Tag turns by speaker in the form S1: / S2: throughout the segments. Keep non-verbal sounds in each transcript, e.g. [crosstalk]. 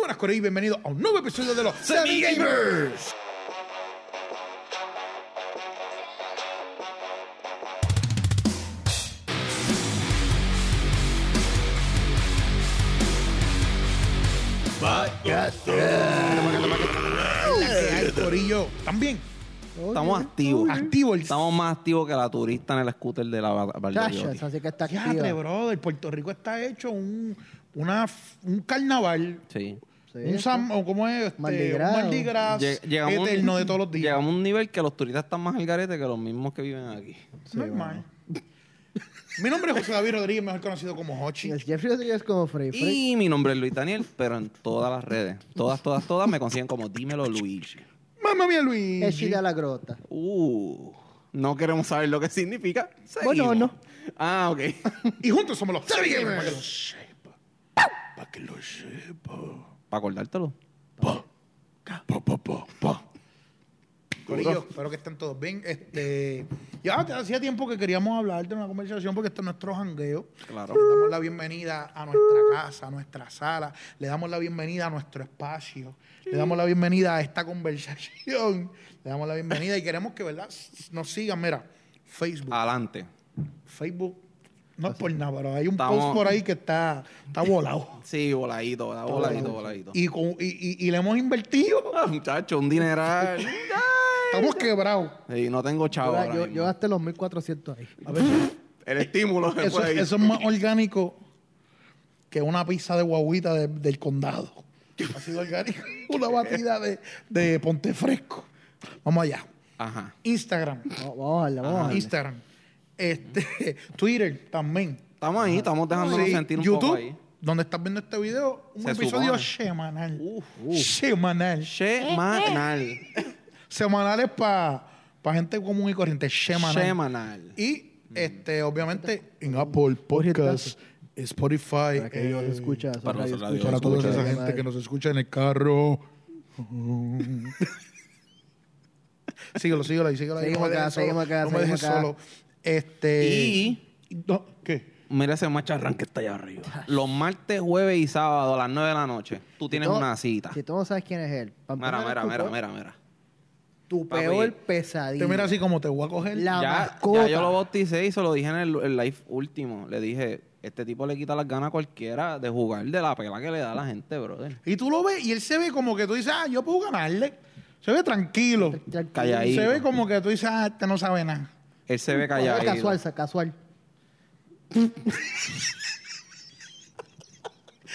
S1: buenas Corey, bienvenido a un nuevo episodio de los Semi
S2: Semi
S1: Gamers.
S2: Gamers.
S1: ¿Qué hay, Corillo? También,
S3: Estamos activos.
S1: activo el
S3: Estamos más activos que la turista en el scooter de la bar- Barbariotti.
S4: Chachas, así que está
S1: Fíjate,
S4: activa.
S1: brother, Puerto Rico está hecho un, una, f- un carnaval,
S3: Sí.
S4: Sí,
S1: un sam, o cómo es, este,
S4: Mardi
S1: un
S4: Gras.
S1: Mardi Gras
S3: Lle- llegamos a un-
S1: eterno de todos los días.
S3: Llegamos a un nivel que los turistas están más al garete que los mismos que viven aquí.
S1: Normal. Mi nombre es José David Rodríguez, mejor conocido como Hochi.
S4: Y el Jeffrey Rodríguez como Frey. Frey.
S3: Y mi nombre es Luis Daniel, pero en todas las redes. Todas, todas, todas me consiguen como Dímelo Luigi.
S1: Mamma mía, Luis.
S4: Es de la grota.
S3: Uh, no queremos saber lo que significa.
S4: Bueno,
S3: Seguimos.
S4: no.
S3: Ah, ok. [laughs]
S1: Y juntos somos los Semi Gamers. Para que lo sepa. Para que lo sepa.
S3: Para acordártelo.
S2: Pa, pa, pa, pa.
S1: Corillo, espero que estén todos bien. Este, ya te- hacía tiempo que queríamos hablar de una conversación porque esto es nuestro jangueo.
S3: Claro.
S1: Le damos la bienvenida a nuestra casa, a nuestra sala. Le damos la bienvenida a nuestro espacio. Le damos la bienvenida a esta conversación. Le damos la bienvenida y queremos que, ¿verdad? S- Nos sigan, mira, Facebook.
S3: Adelante.
S1: Facebook, no es por nada, pero hay un
S3: Estamos-
S1: post por ahí que está, está volado.
S3: Sí, voladito, voladito, voladito.
S1: Y, con- y- y- y le hemos invertido.
S3: Ah, muchacho, un dineral.
S1: Estamos quebrados.
S3: Y no tengo chavo.
S4: Ahora,
S3: ahora
S4: yo,
S3: mismo.
S4: yo gasté los 1400 ahí.
S1: A ver,
S3: El estímulo se
S1: eso,
S3: fue ahí.
S1: eso es más orgánico que una pizza de guaguita de- del condado. Ha sido orgánico. [laughs] Una batida de, de ponte fresco. Vamos allá.
S3: Ajá.
S1: Instagram.
S4: Vamos, vamos a darle,
S3: Ah,
S4: vamos a darle.
S1: Instagram. Este, [laughs] Twitter también.
S3: Estamos ahí, estamos dejándonos
S1: Sí,
S3: sentir un
S1: YouTube,
S3: poco ahí.
S1: donde estás viendo este video, un
S3: Se
S1: episodio
S3: supone.
S1: semanal.
S3: Uf,
S1: Semanal.
S3: Semanal.
S4: Eh,
S1: Semanal es para gente común y corriente. Semanal.
S3: Semanal.
S1: Y este, obviamente, en Apple Podcasts, Spotify,
S4: Para que ellos
S1: eh,
S4: escuchen.
S3: para los radio
S1: para toda
S3: escucha.
S1: esa gente que nos escucha en el
S4: [laughs]
S1: carro. síguelo, síguelo ahí, síguelo ahí. no
S4: Seguimos
S1: me dejes solo,
S4: acá, seguimos acá,
S1: No me dejes
S4: seguimos
S1: solo. Este.
S3: Y-
S1: no, ¿Qué?
S3: Mira ese macharrán que está allá arriba. Los martes, jueves y sábado a las 9 de la noche, tú tienes una cita.
S4: Si tú no sabes quién es él. pa'
S3: Mira,
S4: empezar,
S3: mira,
S4: tu
S3: mira,
S4: peor-
S3: mira, mira.
S4: Tu
S3: Papi.
S4: peor pesadilla.
S1: Te mira así como te voy a coger.
S4: La
S3: Ya,
S4: mascota.
S3: ya yo lo bauticé y se lo dije en el, el live último. Le dije, este tipo le quita las ganas a cualquiera de jugar de la pela que le da a la gente, brother.
S1: Y tú lo ves y él se ve como que tú dices, ah, yo puedo ganarle. Se ve tranquilo.
S4: Tranquilo.
S3: Calladito.
S1: Se ve como que tú dices, ah, este no sabe nada.
S3: Él se ve
S4: Casual,
S3: callado.
S4: Casual, casual.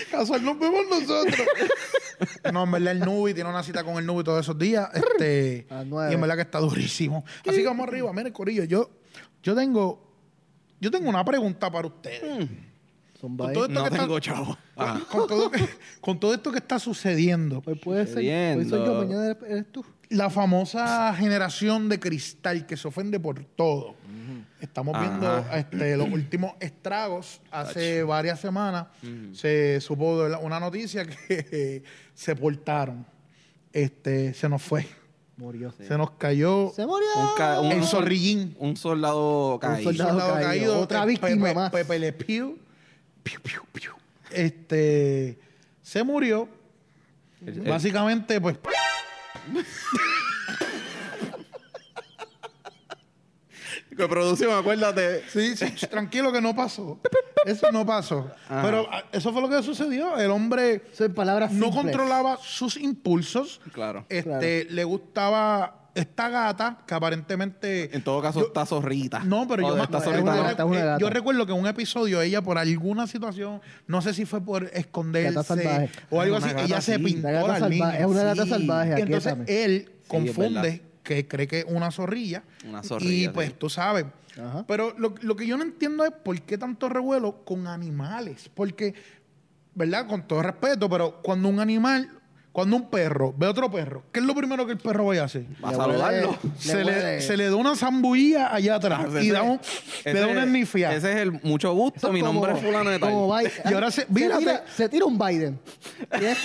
S1: Casual, nos vemos nosotros. [laughs] no, en verdad el Nubi tiene una cita con el Nubi todos esos días. [laughs] Este,
S4: A las nueve.
S1: y en verdad que está durísimo. Así que vamos arriba. Mire, Corillo, yo, yo tengo. Yo tengo una pregunta para ustedes.
S4: Zumba ahí.
S1: Todo esto
S3: No
S1: que está-
S3: tengo chavo. Ajá.
S1: Con, todo, que- con todo esto que está sucediendo,
S4: Hoy puede ser. Hoy
S3: Sucediendo.
S4: soy yo, mañana eres- eres tú.
S1: la famosa generación de cristal que se ofende por todo. Estamos
S3: Ajá.
S1: viendo este, los últimos estragos. Hace varias semanas se supo de la- una noticia que [laughs] se portaron. Este, se nos fue.
S4: Murió.
S1: Se nos cayó
S4: Se murió.
S3: Un ca- un-
S1: el zorrillín.
S3: Un soldado caído.
S1: Un
S4: soldado
S1: soldado
S4: caído.
S1: caído.
S4: Otra
S1: eh,
S4: víctima
S1: Pepe,
S4: más.
S1: Pepe Le Pew. Piu, piu, piu. Este, se murió.
S3: El- el-
S1: Básicamente, pues.
S3: Que producción, acuérdate.
S1: Sí, sí, ch- tranquilo que no
S3: [laughs]
S1: pasó. Eso no pasó.
S3: Ajá.
S1: Pero ah, eso fue lo que sucedió. El hombre
S4: Eso en palabras
S1: no
S4: simples.
S1: controlaba sus impulsos.
S3: Claro.
S1: Este,
S4: Claro.
S1: le gustaba esta gata que aparentemente
S3: En todo caso, está zorrita.
S1: no, pero
S3: O
S1: yo, me-
S3: está
S1: eh,
S4: solita,
S1: una
S3: zorrita.
S4: no.
S1: gata,
S4: Está una
S1: eh,
S4: gata.
S1: yo recuerdo que en un episodio ella por alguna situación, no sé si fue por esconderse
S4: salvaje.
S1: o algo
S3: Una
S1: así,
S3: gata
S1: ella se
S3: así.
S1: pintó
S4: La gata
S1: las
S4: salvaje. Es
S1: líneas.
S4: una
S3: Sí.
S4: gata salvaje. aquí
S1: Entonces
S4: también.
S1: él
S3: es
S1: confunde
S3: verdad.
S1: que cree que es una zorrilla.
S3: Una zorrilla,
S1: Y pues
S3: sí.
S1: tú sabes.
S4: Ajá.
S1: Pero lo, lo que yo no entiendo es por qué tanto revuelo con animales. Porque, ¿verdad? Con todo respeto, pero cuando un animal, cuando un perro ve otro perro, ¿qué es lo primero que el perro vaya a hacer?
S3: Va a
S4: Le
S3: saludarlo.
S4: huele.
S1: Se
S4: huele.
S1: le, se le da una zambullía allá atrás
S3: Ah, Ese-
S1: y da un,
S3: ese-
S1: le da una esnifiada.
S3: Ese es el mucho gusto.
S4: Eso es
S3: Mi
S4: como-
S3: nombre es fulano de tal.
S4: como Biden.
S1: Y ahora se- mírate.
S4: tira, se tira un Biden. Y es-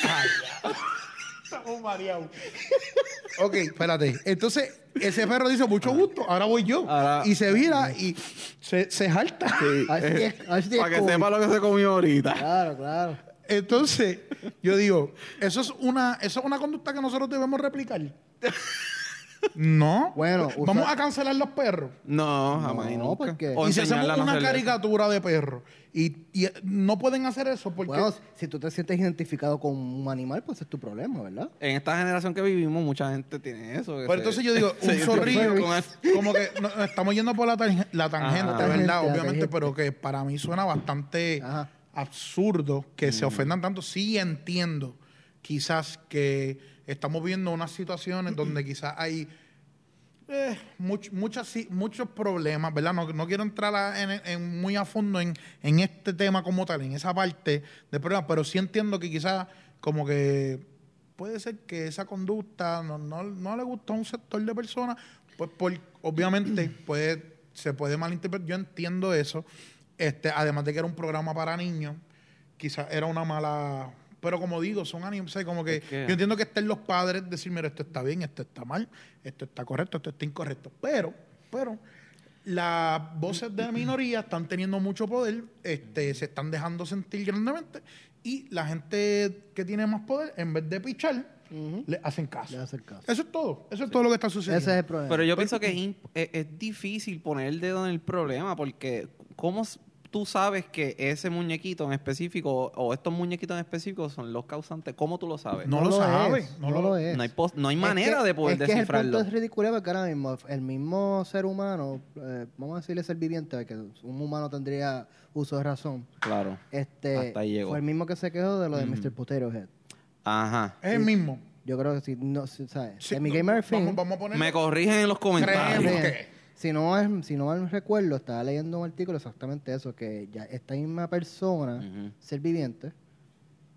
S1: Estamos mareados. [laughs] ok, espérate. Entonces, ese perro dice, mucho gusto, ahora voy yo.
S3: Ahora-
S1: Y se vira y se, se jalta.
S4: a ver si tiene- a ver si tiene
S3: Para que
S4: COVID.
S3: sepa lo que se comió ahorita.
S4: Claro, claro.
S1: Entonces, Yo digo, eso es una, eso es una conducta que nosotros debemos replicar. No.
S4: Bueno,
S1: vamos
S4: usa-
S1: a cancelar los perros.
S3: No, jamás y
S4: No,
S3: nunca.
S4: porque-
S3: O
S1: pues y si hacemos
S3: enseñarle a no
S1: una
S3: hacerle eso.
S1: caricatura de perro y, y, eh, no pueden hacer eso porque
S4: Bueno, si tú te sientes identificado con un animal, pues es tu problema, ¿verdad?
S3: En esta generación que vivimos, mucha gente tiene eso.
S1: Pero
S3: que se-
S1: Pues entonces yo
S3: [laughs]
S1: digo,
S3: se
S1: un zorrillo,
S3: identifica con eso.
S1: como que no- nos estamos yendo por la, tarje- la tangente,
S3: Ajá.
S1: ¿verdad?
S4: Tangente,
S1: Obviamente,
S4: tangente.
S1: pero que para mí suena bastante
S4: Ajá.
S1: absurdo que se ofendan tanto. Sí entiendo quizás que estamos viendo unas situaciones donde quizás hay eh, much- muchas, si- muchos problemas, ¿verdad? No, no quiero entrar a- en, en muy a fondo en, en este tema como tal, en esa parte de problema, pero sí entiendo que quizás como que puede ser que esa conducta no, no, no le gusta a un sector de personas, pues por, obviamente puede, se puede malinterpretar, yo entiendo eso, este, además de que era un programa para niños, quizás era una mala... Pero como digo, son animales, como que...
S3: Es que-
S1: yo entiendo que estén los padres decir, mira, esto está bien, esto está mal, esto está correcto, esto está incorrecto. Pero, pero, las voces de la minoría están teniendo mucho poder, este, se están dejando sentir grandemente y la gente que tiene más poder, en vez de pichar, le hacen caso.
S4: Le hacen caso.
S1: Eso es todo, eso es todo lo que está sucediendo.
S4: Ese es el problema.
S3: Pero yo pienso que es, imp- es- es difícil poner el dedo en el problema porque ¿cómo s- tú sabes que ese muñequito en específico o- o estos muñequitos en específico son los causantes? ¿Cómo tú lo sabes?
S1: No lo sabe,
S4: es,
S1: no lo-
S4: no, lo, es.
S3: No hay, pos- no hay
S4: Es
S3: manera
S4: que-
S3: de poder
S4: es que es
S3: descifrarlo.
S4: el punto es ridículo porque ahora mismo el mismo ser humano, eh, vamos a decirle ser viviente, que un humano tendría uso de razón.
S3: Claro.
S4: Este,
S3: Hasta ahí llegó.
S4: Fue el mismo que se quejó de lo de
S3: Ujú.
S4: Mr. Potero Head.
S3: Ajá.
S1: Es el mismo.
S4: Yo creo que si no, si, ¿sabes?
S1: Sí,
S4: de mi
S1: no,
S4: gamer
S1: vamos,
S4: film,
S1: vamos a poner
S3: Me corrigen en los comentarios.
S1: Creemos.
S4: bien,
S1: Ah, que-
S4: si no es, si no mal recuerdo, estaba leyendo un artículo exactamente eso, que ya esta misma persona,
S3: Ujú.
S4: ser viviente,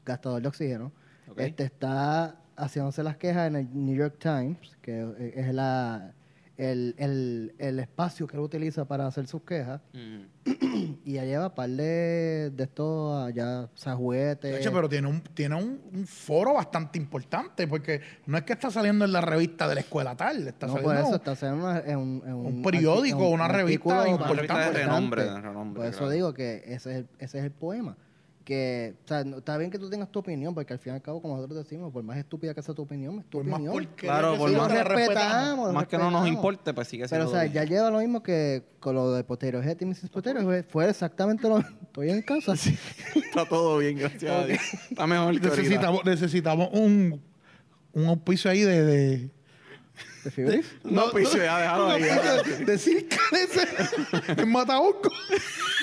S4: gastador de oxígeno,
S3: Ok.
S4: este está haciéndose las quejas en el New York Times, que eh, es la el, el, el espacio que él utiliza para hacer sus quejas,
S3: Ujú.
S4: y ya lleva par de, de estos ah, ya sajuguetes.
S1: Chacho, pero tiene un, tiene un, un foro bastante importante, porque no es que está saliendo en la revista de la escuela tal, está
S4: no,
S1: saliendo
S4: por eso está haciendo una- en un, en
S1: un
S4: arti-
S1: periódico,
S4: en
S1: una revista
S4: artículo
S1: importante.
S4: bastante
S3: Una revista de renombre,
S4: importante.
S3: de renombre,
S4: Por eso
S3: claro.
S4: digo que ese es, el, ese es el poema. Que, o sea, no- está bien que tú tengas tu opinión, porque al fin y al cabo, como nosotros decimos, por más estúpida que sea tu opinión, es tu
S1: por más
S4: opinión.
S1: porquería
S3: Claro,
S1: que
S3: por
S1: sea,
S3: más-
S1: la
S4: Lo
S1: respetamos.
S4: respetamos, lo
S3: Más que no nos
S4: respetamos.
S3: importe, pues sigue
S4: Pero,
S3: siendo.
S4: o sea, ya lleva lo mismo que con lo de Potero Head y Mrs. Potero Head. Fue exactamente lo mismo. Estoy en casa.
S3: Está todo bien, gracias a Dios. Está mejor que ahorita.
S1: Necesitamos, necesitamos un, un auspicio ahí de... de
S4: ¿Te figuras?
S3: No, piso, ya déjalo ahí. ya.
S1: decir que en Mataoco.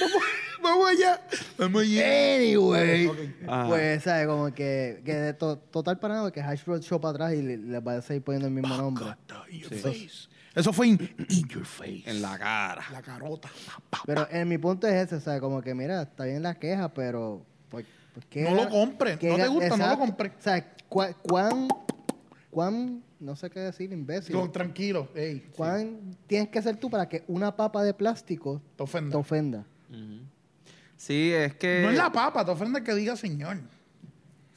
S1: Vamos, vamos allá. Vamos allá.
S4: Anyway.
S1: Ah.
S3: Ajá.
S4: Pues, ¿sabes? Como que, que de to- total para nada, que Hash Road Show para atrás y le, le va a seguir poniendo el mismo nombre.
S1: In your face. Eso fue in, in your face.
S3: En la cara.
S1: La carota.
S4: Pero en mi punto es ese, ¿sabes? Como que, mira, está bien las quejas, pero... ¿por- por qué
S1: No
S4: era-
S1: lo compres.
S4: qué
S1: No te
S4: era-
S1: gusta, no lo
S4: exacto.
S1: compres.
S4: O sea, cua- cuán... cuán... no sé qué decir, imbécil.
S1: Yo, tranquilo. Ey,
S4: ¿Cuán tienes que ser tú para que una papa de plástico
S1: te ofenda.
S4: te ofenda?
S3: Sí, es que.
S1: No es la papa, te ofende que diga señor.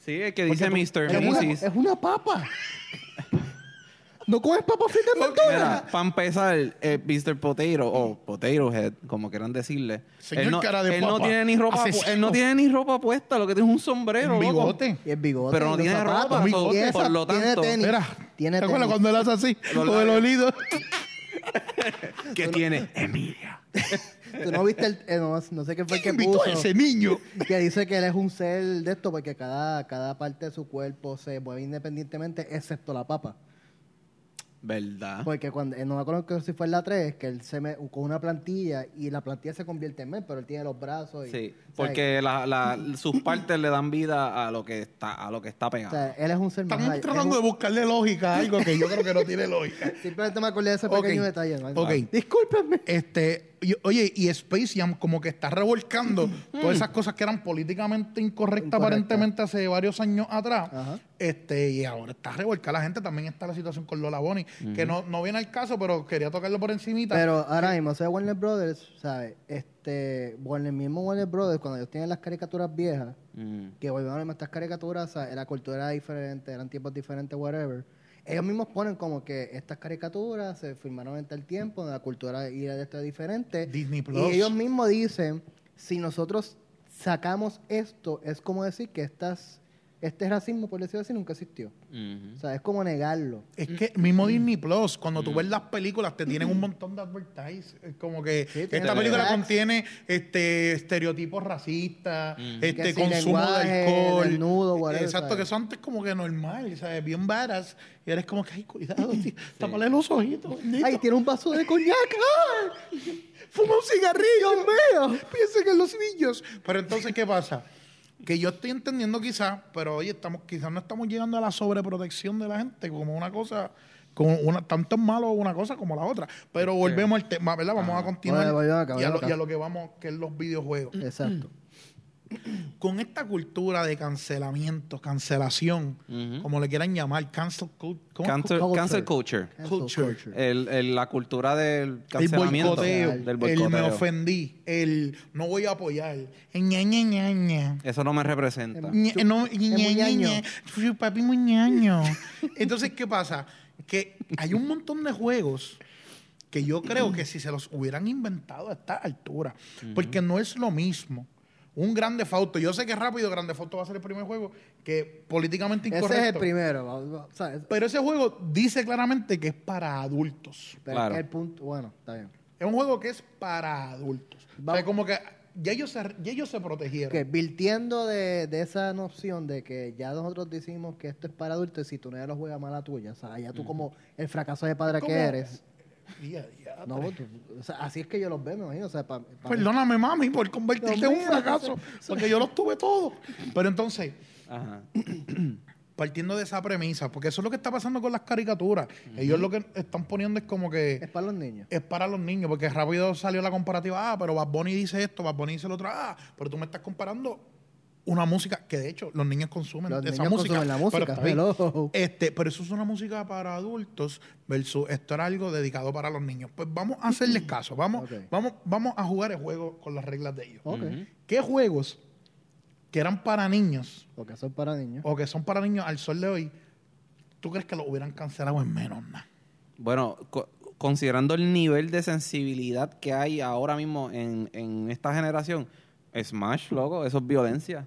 S3: Sí, es que
S1: Porque
S3: dice
S1: tú-
S3: Mr.
S4: Es una,
S3: Mrs.
S4: es una papa. [laughs] ¿No comes papa frita en McDonald's?
S3: Mira, para empezar, eh, Mr. Potato o Potato Head, como quieran decirle.
S1: Señor
S3: él no,
S1: cara de
S3: él no
S1: papa,
S3: tiene ni ropa, pu-
S1: asesino.
S3: él no tiene ni ropa puesta, lo que tiene es un sombrero,
S1: Un
S3: loco.
S1: bigote.
S4: Y el bigote.
S3: Pero no
S4: y los
S3: tiene
S4: zapatos,
S3: ropa,
S4: y
S3: por-
S4: esa-
S3: por lo
S4: tiene
S3: tanto.
S4: tenis,
S1: Mira,
S4: tiene
S1: ¿te acuerdas
S4: tenis.
S1: cuando le haces así?
S3: Los
S1: Con el
S3: labios.
S1: olido.
S3: Que tiene
S2: Envidia.
S4: Tú no viste el. eh, no, no sé qué fue el que
S1: ¿Quién invitó
S4: puso.
S1: a ese niño?
S4: Que dice que él es un ser de esto porque cada, cada parte de su cuerpo se mueve independientemente, excepto la papa.
S3: ¿Verdad?
S1: Pues,
S4: Porque cuando. eh, No me acuerdo que si fue en la 3, que él se me. con una plantilla y la plantilla se convierte en men, pero él tiene los brazos y.
S1: pues,
S3: Sí,
S4: o sea,
S3: porque la- la- sus partes le dan vida a lo que está, a lo que está
S4: O
S3: pegado.
S4: sea, él es un ser más. allá,
S1: Están
S4: es
S1: tratando de
S4: un-
S1: buscarle lógica a algo que yo creo que no tiene lógica.
S4: Simplemente me acordé de ese
S1: Ok,
S4: pequeño detalle. ¿no?
S1: ok.
S4: Discúlpenme.
S1: Este, y- oye, y Space Jam como que está revolcando todas esas cosas que eran políticamente incorrectas
S4: Incorrecta.
S1: aparentemente hace varios años atrás.
S4: Ajá.
S1: Este, y ahora está revolcada la gente. También está la situación con Lola Boni, que no, no viene al caso, pero quería tocarlo por encimita.
S4: Pero ahora mismo, o sea, Warner Brothers, ¿sabes? Este, Warner mismo Warner Brothers, cuando ellos tienen las caricaturas viejas,
S3: Mm.
S4: que volvieron a estas caricaturas, ¿sabes? la cultura era diferente, eran tiempos diferentes, whatever. Ellos mismos ponen como que estas caricaturas se filmaron en tal tiempo, la cultura y de esto es diferente.
S1: Disney Plus.
S4: Y ellos mismos dicen, si nosotros sacamos esto, es como decir que estas este racismo, por decirlo así, nunca existió. O
S3: mm-hmm.
S4: sea, es como negarlo.
S1: Es que
S4: mm,
S1: mismo Disney Plus, cuando tú ves las películas, te tienen un montón de advertises. Es Como que
S4: Sí, tiene
S1: esta película
S4: flags.
S1: contiene este estereotipos racistas,
S4: Mm. Que
S1: este
S4: si
S1: consumo
S4: lenguaje,
S1: de alcohol. E,
S4: desnudo, whatever,
S1: Exacto,
S4: ¿sabes?
S1: que eso antes como que normal, ¿sabes? Bien varas. Y eres como que, ay,
S4: [laughs]
S1: cuidado, tío, tápale los ojitos. bendito.
S4: ¡Ay, tiene un vaso de coñac!
S1: [laughs]
S4: ¡Ay,
S1: Fuma un cigarrillo,
S4: Dios mío!
S1: piensen en los niños. Pero entonces, ¿qué pasa? Que yo estoy entendiendo quizás, pero oye, estamos, quizás no estamos llegando a la sobreprotección de la gente como una cosa, como una, tanto es malo una cosa como la otra. Pero volvemos al tema, ¿verdad? Vamos a continuar
S4: Vale, vale,
S1: y,
S4: acá,
S1: a
S4: vale,
S1: lo,
S4: acá.
S1: y a lo que vamos, que es los videojuegos.
S4: Exacto.
S1: Con esta cultura de cancelamiento, cancelación, como le quieran llamar, cancel culture.
S3: Cancel,
S4: Culture.
S3: cancel culture.
S4: Cancel
S1: Culture.
S3: El- el- la cultura del
S1: el
S3: cancelamiento.
S1: boicoteo,
S3: del
S1: el me
S3: boicoteo.
S1: ofendí, el no voy a apoyar, el ña, ña, ña, ña.
S3: Eso no me representa.
S1: Ñe-
S4: Chu-
S1: no,
S4: es
S1: ñe- ñe-
S4: muñaño.
S1: ñe. Fui papi muñaño. [laughs] Entonces, ¿qué pasa? Que hay un montón de juegos que yo creo que si se los hubieran inventado a esta altura, porque no es lo mismo. Un grande fauto. Yo sé que rápido Grande Fauto va a ser el primer juego que políticamente
S4: Ese
S1: incorrecto.
S4: es el primero. va- va- o sea, es-
S1: Pero ese juego dice claramente que es para adultos.
S4: pero
S3: Claro.
S4: es que el punto... Bueno, está bien.
S1: Es un juego que es para adultos. O sea,
S4: Vamos.
S1: como que ya ellos se, ya ellos se protegieron.
S4: Que virtiendo de, de esa noción de que ya nosotros decimos que esto es para adultos y si tu negro juega mala tuya, o sea, ya tú como el fracaso de padre
S1: ¿Cómo?
S4: que eres.
S1: Día, día,
S4: No, tú- o sea, así es que yo los veo, me imagino. O sea, pa- pa-
S1: Perdóname, mami, por convertirte en un fracaso, porque yo los tuve todos. Pero entonces,
S3: Ajá.
S1: partiendo de esa premisa, porque eso es lo que está pasando con las caricaturas. Ellos lo que están poniendo es como
S4: Es
S1: que
S4: para los niños.
S1: es para los niños, porque rápido salió la comparativa, ah, pero Bad Bunny dice esto, Bad Bunny dice lo otro, ah, pero tú me estás comparando una música que de hecho los niños consumen
S4: Los
S1: esa
S4: niños
S1: música,
S4: consumen la
S1: pero
S4: música,
S1: está bien.
S4: hello.
S1: Este, pero eso es una música para adultos versus esto era algo dedicado para los niños. Pues vamos a hacerles caso, vamos,
S4: Mm. Ok.
S1: vamos, vamos a jugar el juego con las reglas de ellos.
S4: Ok.
S1: ¿Qué juegos que eran para niños
S4: Porque eso es para niños.
S1: o que son para niños al sol de hoy, tú crees que los hubieran cancelado en menos nada?
S3: Bueno, co- considerando el nivel de sensibilidad que hay ahora mismo en, en esta generación, Smash, loco, eso es violencia.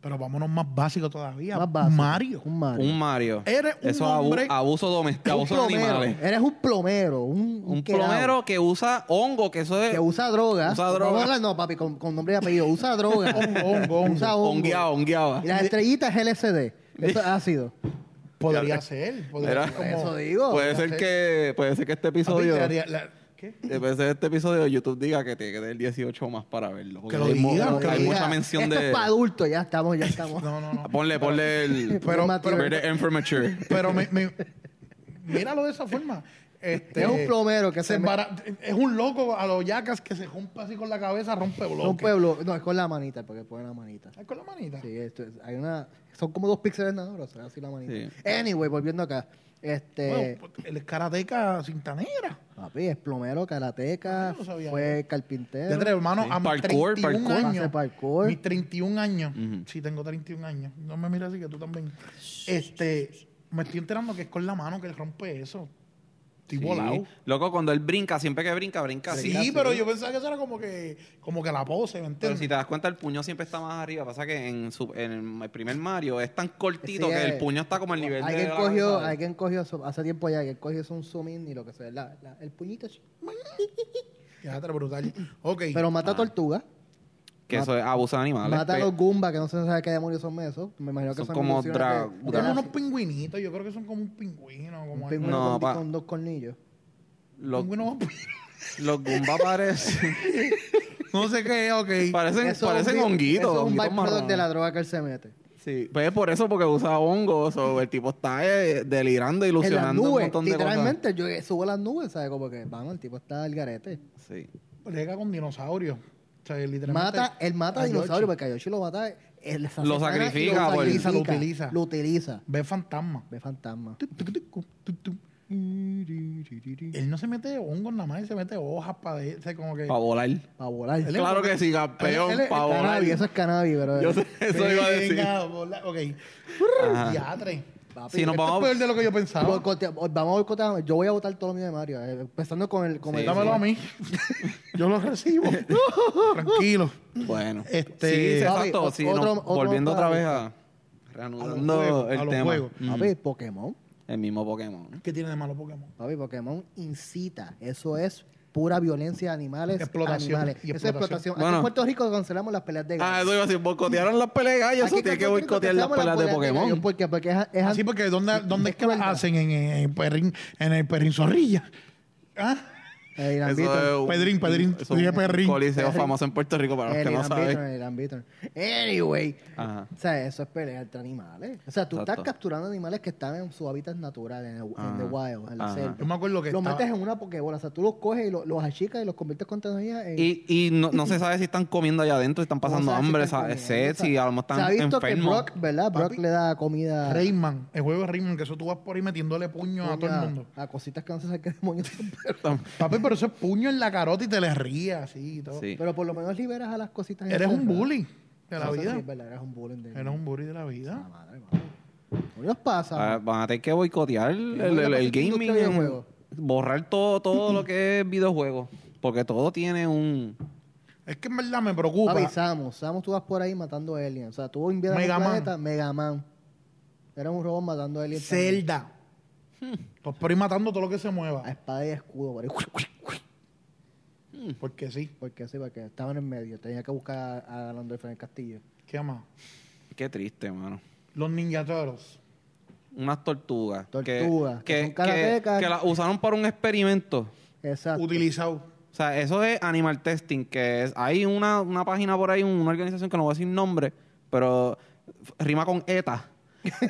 S1: Pero vámonos más básico todavía.
S4: Más básico.
S1: Mario.
S4: Un Mario.
S3: Un Mario.
S1: Eres un
S3: eso es abu-
S1: hombre-
S3: abuso doméstico,
S4: un
S3: abuso de animales.
S4: plomero. Eres un plomero. Un, un
S3: Un
S4: quedado
S3: plomero que usa hongo, que eso es
S4: Que usa drogas.
S3: Usa drogas.
S4: Vamos a hablar- No, papi, con, con nombre y apellido. Usa drogas.
S1: [laughs] hongo, hongo.
S4: Usa hongo.
S3: hongueado, hongueado.
S4: Y las estrellitas es LSD. Eso es ácido.
S1: Podría ser. Podría
S3: Era-
S1: ser como-
S4: Eso digo.
S3: Puede ser
S1: sé.
S3: que puede ser que este
S1: Papi,
S3: episodio
S1: te haría la- ¿Qué?
S3: eh, puede ser que este episodio de YouTube diga que tiene que tener 18 más para verlo. porque
S1: Que lo
S3: hay mu-
S1: diga,
S3: hay
S1: que lo
S3: mucha
S4: Ya,
S3: mención
S4: Esto
S3: de
S4: es para adultos. Ya
S1: [laughs]
S4: estamos, ya estamos.
S1: No, no, no.
S3: Ponle, ponle el
S1: Pero-
S4: Normativo.
S1: pero-
S3: rated M for mature.
S1: Pero me, me- míralo de esa forma. Este,
S4: Es un plomero que
S1: se
S4: se me-
S1: embara- Es un loco a los yacas que se rompe así con la cabeza, rompe bloques.
S4: Un pueblo, no, es con la manita, porque pone la manita.
S1: Ay, Con la manita.
S4: Sí, esto es- hay una, son como dos píxeles nada más, o sea, así la manita.
S3: Sí.
S4: Anyway, volviendo acá, este,
S1: Bueno, pues- el es karateca cinta negra.
S4: papi es plomero, karateca,
S1: Ah, yo no sabía
S4: fue
S1: Ya tres
S4: carpintero.
S1: hermano,
S3: Sí.
S1: a mis
S3: Parkour,
S1: 31
S3: parkour.
S1: años.
S4: Hace parkour.
S1: Mis 31 años.
S3: Ujú.
S1: Sí, tengo 31 años. No me mires así que tú también. Este, me estoy enterando que es con la mano que él rompe eso. Estoy
S3: Sí.
S1: volado.
S3: Loco, cuando él brinca, siempre que brinca, brinca así.
S1: Sí, pero yo pensaba que eso era como que, como que la pose, ¿me
S3: Pero
S1: entiendes?
S3: si te das cuenta, el puño siempre está más arriba. Pasa que en, su- en el primer Mario es tan cortito
S4: Sí,
S3: que
S4: eh.
S3: el puño está como el nivel de.
S4: Alguien
S3: la
S4: cogió,
S3: cabeza.
S4: alguien cogió, eso- hace tiempo ya, alguien cogió eso un zoom in y lo que sea, la- la- el puñito así.
S1: Ya, está
S4: [clears throat]
S1: brutal. Ok.
S4: Pero mata tortuga,
S3: Que eso es abuso de animales.
S4: mata a
S3: Ah. pe-
S4: los Goomba, que no se sabe qué demonios son esos. Me imagino que
S3: Son
S4: son,
S3: como
S4: ilusiones de-
S3: dra-
S4: de
S1: Son
S3: dra-
S4: la-
S1: como unos pingüinitos, yo creo que son como un pingüino, como
S4: un
S1: algo-
S4: pingüino
S3: No,
S4: con-
S3: pa-
S4: con dos cornillos.
S3: los,
S1: pingüino-
S3: [laughs] los Goomba
S4: [laughs]
S3: parecen,
S1: no sé qué, ok.
S3: parecen,
S4: Eso es
S3: parecen
S4: un bi-
S3: honguitos.
S4: Eso es un
S3: honguitos
S4: byproduct
S3: marrones.
S4: de la droga que él se mete.
S3: Sí, pues es por eso, porque usa hongos. O el tipo está eh, delirando,
S4: en las
S3: ilusionando un
S4: nubes,
S3: montón de cosas.
S4: literalmente, yo eh, subo a las nubes, ¿sabes? Como que, vamos, el tipo está al garete.
S3: Sí.
S1: Llega con dinosaurios. O sea, literalmente.
S4: Mata, él mata a
S1: a Yoshi.
S4: dinosaurios, porque a Yoshi lo mata, él se
S3: Lo
S4: asesina y
S3: sacrifica,
S4: lo
S3: por-
S4: utiliza,
S1: Lo
S4: lo
S1: utiliza.
S4: utiliza. Lo utiliza.
S1: Ve fantasma.
S4: Ve fantasma.
S1: Tu, tu, tu, tu, tu. Él no se mete hongos nada más, él se mete hojas para de, o sea, como que.
S3: Para volar.
S4: Para volar.
S1: Él es
S3: Claro que sí,
S1: Él
S3: campeón,
S1: es-
S3: para volar.
S4: Cannabis, eso es cannabis, pero...
S3: Yo sé, eso iba a decir.
S1: Venga, bola- ok.
S3: Ajá.
S1: Diatre.
S4: Papi,
S3: Si nos
S1: Esto es
S3: vamos.
S1: peor de lo que yo pensaba.
S4: boicotea- vamos a boicotear, yo voy a votar todo lo mío de Mario, eh, empezando con el... Con
S3: Sí,
S4: el-
S1: Pues Dámelo a mí. [laughs] yo lo recibo. [laughs] Tranquilo.
S3: Bueno.
S1: Este-
S3: Sí, sí,
S4: [laughs] Este, Papi,
S3: exacto.
S4: o-
S3: sí,
S4: otro-
S3: no,
S4: otro
S3: volviendo otra
S4: para-
S3: vez a.
S1: a los
S3: reanudando
S1: juegos, a
S3: el
S1: los
S3: tema.
S1: juegos.
S3: Mm,
S4: Papi, Pokémon.
S3: el mismo Pokémon.
S1: ¿Qué tiene de malo Pokémon?
S4: Papi, Pokémon incita. Eso es pura violencia de animales.
S1: Explotación
S4: animales.
S1: y
S4: Eso es
S1: explotación.
S4: explotación. Aquí
S3: Bueno.
S4: en Puerto Rico cancelamos las peleas de
S3: Ah,
S4: gallos.
S3: eso iba a decir, boicotearon las peleas de gallos,
S4: Aquí
S3: eso tiene
S4: en
S3: que
S4: Puerto Rico
S3: boicotear las
S4: cancelamos
S3: peleas de
S4: gallos.
S3: Pokémon.
S4: ¿Por qué? Porque es, es
S1: Así Ah, porque ¿dónde, dónde es que las
S4: crueldad.
S1: hacen? En, en Perrin, en el Perrin Zorrilla. ¿Ah?
S4: El Eh, Irán
S3: Eso
S4: Beaton.
S3: es un-
S1: Pedrín, Pedrín,
S3: eso es un
S1: dije Perrín.
S3: Coliseo
S4: Perrín.
S3: famoso en Puerto Rico para los
S4: El
S3: que no
S4: Eh, Irán Beaton,
S3: saben.
S4: el Irán Beaton. Anyway.
S3: Ajá.
S4: O sea, eso es pelea entre animales. O sea, tú estás
S3: Exacto.
S4: capturando animales que están en su hábitat natural, en el, en
S3: Ajá.
S4: the wild, en la
S3: Ajá.
S4: selva.
S1: Yo me acuerdo que
S4: Los
S1: estaba-
S4: metes en una pokebola. O sea, tú los coges y lo- los achicas y los conviertes con tecnología en...
S3: Y, y no, no se sabe si están comiendo allá adentro, si están pasando
S4: No sabes si
S3: hambre,
S4: están
S3: sa-
S4: comiendo,
S3: sed, si a lo mejor
S4: Se ha
S3: están
S4: visto
S3: enfermos.
S4: que Brock, ¿verdad? Brock
S1: Papi,
S4: le da comida
S1: Rayman, el juego de Rayman, que eso tú vas por ahí metiéndole puño
S4: puño
S1: a todo el mundo.
S4: a cositas que no se sabe qué demonios son, [laughs] pero-
S1: Papi, pero eso es puño en la carota y te le rías así y todo.
S3: Sí.
S4: Pero por lo menos liberas a las cositas.
S1: Eres un
S4: encerradas.
S1: bully de la
S4: Eso sí
S1: vida.
S4: es verdad, eres un bully. De...
S1: Eres un bully de la vida.
S4: Ah, madre, madre. ¿Qué nos pasa?
S3: Ah, van a tener que boicotear el,
S4: es la
S3: el- el
S4: cosa que
S3: gaming,
S4: industria de
S3: en-
S4: videojuegos.
S3: borrar todo,
S4: [clears throat]
S3: todo lo que es videojuegos, porque todo tiene un...
S1: Es que en verdad me preocupa.
S4: Papi, Samus. Samus, tú vas por ahí matando aliens. O sea, tú inviertes
S1: Mega
S4: un
S1: Man.
S4: planeta, Mega Man. Eres un robot matando aliens. también.
S1: Zelda. Pues por ir matando todo lo que se
S4: A
S1: mueva.
S4: espada y escudo, por ahí. [laughs]
S1: Porque sí.
S4: Porque sí, porque estaban en medio. Tenía que buscar a, a Landolfo en el castillo.
S1: ¿Qué más?
S3: Qué triste, mano.
S1: Los Ninja Turtles.
S3: Unas tortugas. que-
S4: Tortugas, que
S3: Que,
S4: son
S3: que-
S4: karatecas.
S3: que las usaron para un experimento.
S4: Exacto.
S1: Utilizado.
S3: O sea, eso es animal testing, que es, hay una, una página por ahí, una organización que no voy a decir nombre, pero f- rima con
S4: [laughs]
S3: ETA.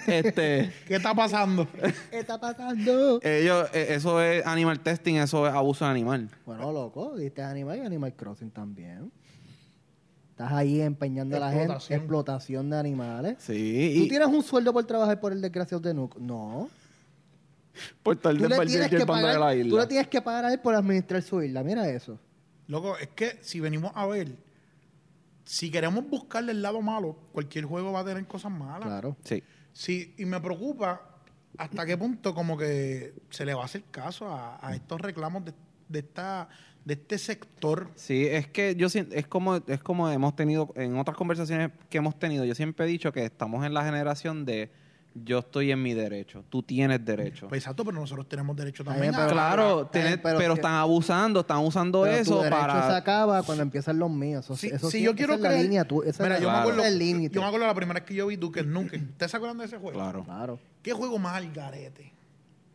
S3: este,
S1: ¿Qué está pasando? [laughs]
S4: ¿Qué
S3: [laughs]
S4: está pasando?
S3: ellos, eh, eso es animal testing, eso es abuso de animal.
S4: Bueno, loco, diste Animal y Animal Crossing también. Estás ahí empeñando a la gente.
S1: Explotación.
S4: Explotación de animales.
S3: Sí,
S4: ¿Tú
S3: y
S4: tienes un sueldo por trabajar por el desgraciado de Nuke? No.
S3: por tal
S4: Tú
S3: de
S4: le,
S3: partir
S4: tienes
S3: el
S4: que
S3: panda de
S4: pagar,
S3: la
S4: tú le
S3: isla.
S4: tienes que pagar a él por administrar su isla. Mira eso.
S1: Loco, es que si venimos a ver, si queremos buscarle el lado malo, cualquier juego va a tener cosas malas.
S4: Claro.
S3: Sí.
S1: Sí, y me preocupa hasta qué punto como que se le va a hacer caso a, a estos reclamos de, de esta, de este sector.
S3: Sí, es que yo siento, es como, es como hemos tenido, en otras conversaciones que hemos tenido, yo siempre he dicho que estamos en la generación de yo estoy en mi derecho, tú tienes derecho.
S1: Pues, exacto, pero nosotros tenemos derecho
S4: Está
S1: también
S4: bien,
S1: a-
S4: Eh, pero-
S1: eh,
S3: claro,
S4: Está bien,
S3: tienes-
S4: pero
S3: pero,
S4: si-
S3: están abusando, están usando
S4: Pero tu
S3: eso
S4: derecho se
S3: para...
S4: acaba cuando empiezan los míos. Eso,
S1: Si,
S4: eso
S1: si
S4: sí,
S1: yo
S4: esa
S1: quiero
S4: es la
S1: creer-
S4: línea, tú- esa es
S1: Mira,
S4: la-
S1: yo, me
S3: Claro.
S1: acuerdo,
S4: ese es el límite.
S1: yo me acuerdo la primera vez que yo vi Duke Nukem. ¿Ustedes se acuerdan de ese juego?
S3: Claro.
S4: Claro.
S1: ¿Qué juego más al garete?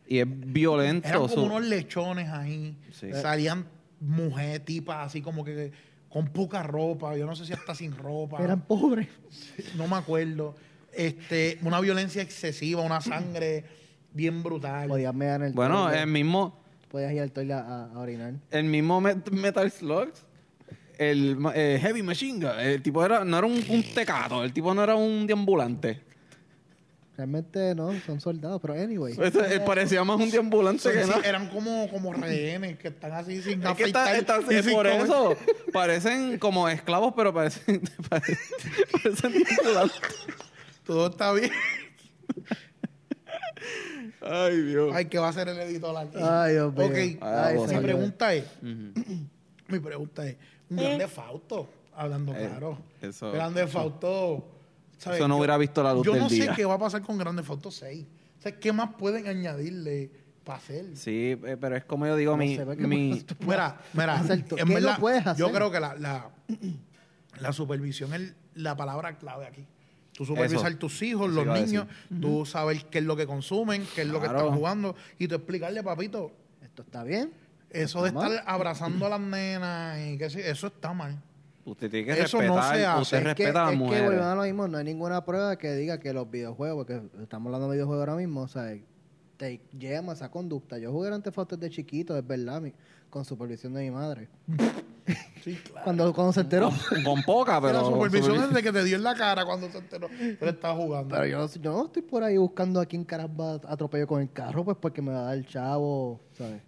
S3: Y es violento.
S1: Eran como
S3: su-
S1: unos lechones ahí.
S3: Sí.
S1: Salían mujeres, tipas, así como que con poca ropa. Yo no sé si hasta sin ropa.
S4: Eran pobres.
S1: No me acuerdo. Este, una violencia excesiva, una sangre bien brutal.
S4: Podías mear en el
S3: Bueno, em-
S4: toilet,
S3: el mismo,
S4: podías ir al toilet a, a orinar.
S3: el mismo Met- Metal Slug, el ma- eh, Heavy Machine Gun, el tipo era, no era un, un tecato, el tipo no era un deambulante.
S4: Realmente no, son soldados, pero anyway.
S3: Eso- él eh, parecía más un deambulante
S1: Sí,
S3: que
S1: sí, eh,
S3: no.
S1: eran como, como rehenes que están así sin
S3: Es que
S1: afeitar
S3: está, está-
S1: y
S3: eh,
S1: sin
S3: por
S1: comer.
S3: eso parecen como esclavos, pero parecen, [laughs] parecen,
S1: [laughs]
S3: parecen deambulantes.
S1: Todo está bien.
S3: Ay, Dios.
S1: Ay, que va a ser el editor aquí.
S4: Ay, Dios mío.
S1: Ok,
S3: Ah,
S4: Ay,
S3: vos.
S1: mi
S4: señor.
S1: pregunta es,
S3: Ujú.
S1: mi pregunta es, un grande Fausto, hablando
S3: Eh,
S1: claro.
S3: eso-
S1: grande Fausto. ¿sabes?
S3: Eso no
S1: Yo-
S3: hubiera visto la luz
S1: Yo
S3: del
S1: no
S3: día.
S1: sé qué va a pasar con Grande Fausto 6. O sea, ¿qué más pueden añadirle para hacer?
S3: Sí, eh, pero es como yo digo,
S4: No
S3: mi,
S4: sé, ¿por qué
S3: mi-
S4: pasó?
S1: Mira, mira,
S4: hacer tú?
S1: en
S4: ¿Qué
S1: verdad,
S4: no puedes hacer?
S1: yo creo que la, la, la supervisión es la palabra clave aquí. Tú supervisar
S3: Eso.
S1: tus hijos,
S3: Eso
S1: los
S3: iba a
S1: niños, tú saber qué es lo que consumen, qué es lo que
S3: Claro.
S1: están jugando, y tú explicarle, papito,
S4: Esto está bien.
S1: eso de
S4: Está
S1: estar abrazando a las nenas y qué sé, eso está mal.
S3: usted tiene que
S1: Eso no
S3: respetar,
S1: se hace.
S3: usted
S1: Es que-
S3: respeta a las
S4: es que
S3: mujeres.
S4: volvemos a lo mismo, no hay ninguna prueba que diga que los videojuegos, porque estamos hablando de videojuegos ahora mismo, o sea, te llevan a esa conducta. Yo jugué ante fotos de chiquito, es verdad, mi- con supervisión de mi madre.
S1: Sí, claro.
S4: Cuando, cuando se enteró.
S3: Con
S1: [laughs]
S3: poca, pero...
S1: la supervisión
S3: supervi-
S1: es de que te dio en la cara cuando se enteró que le estaba jugando.
S4: Pero yo, yo no estoy por ahí buscando a quién caras va a atropello con el carro, pues porque me va a dar el chavo, ¿sabes?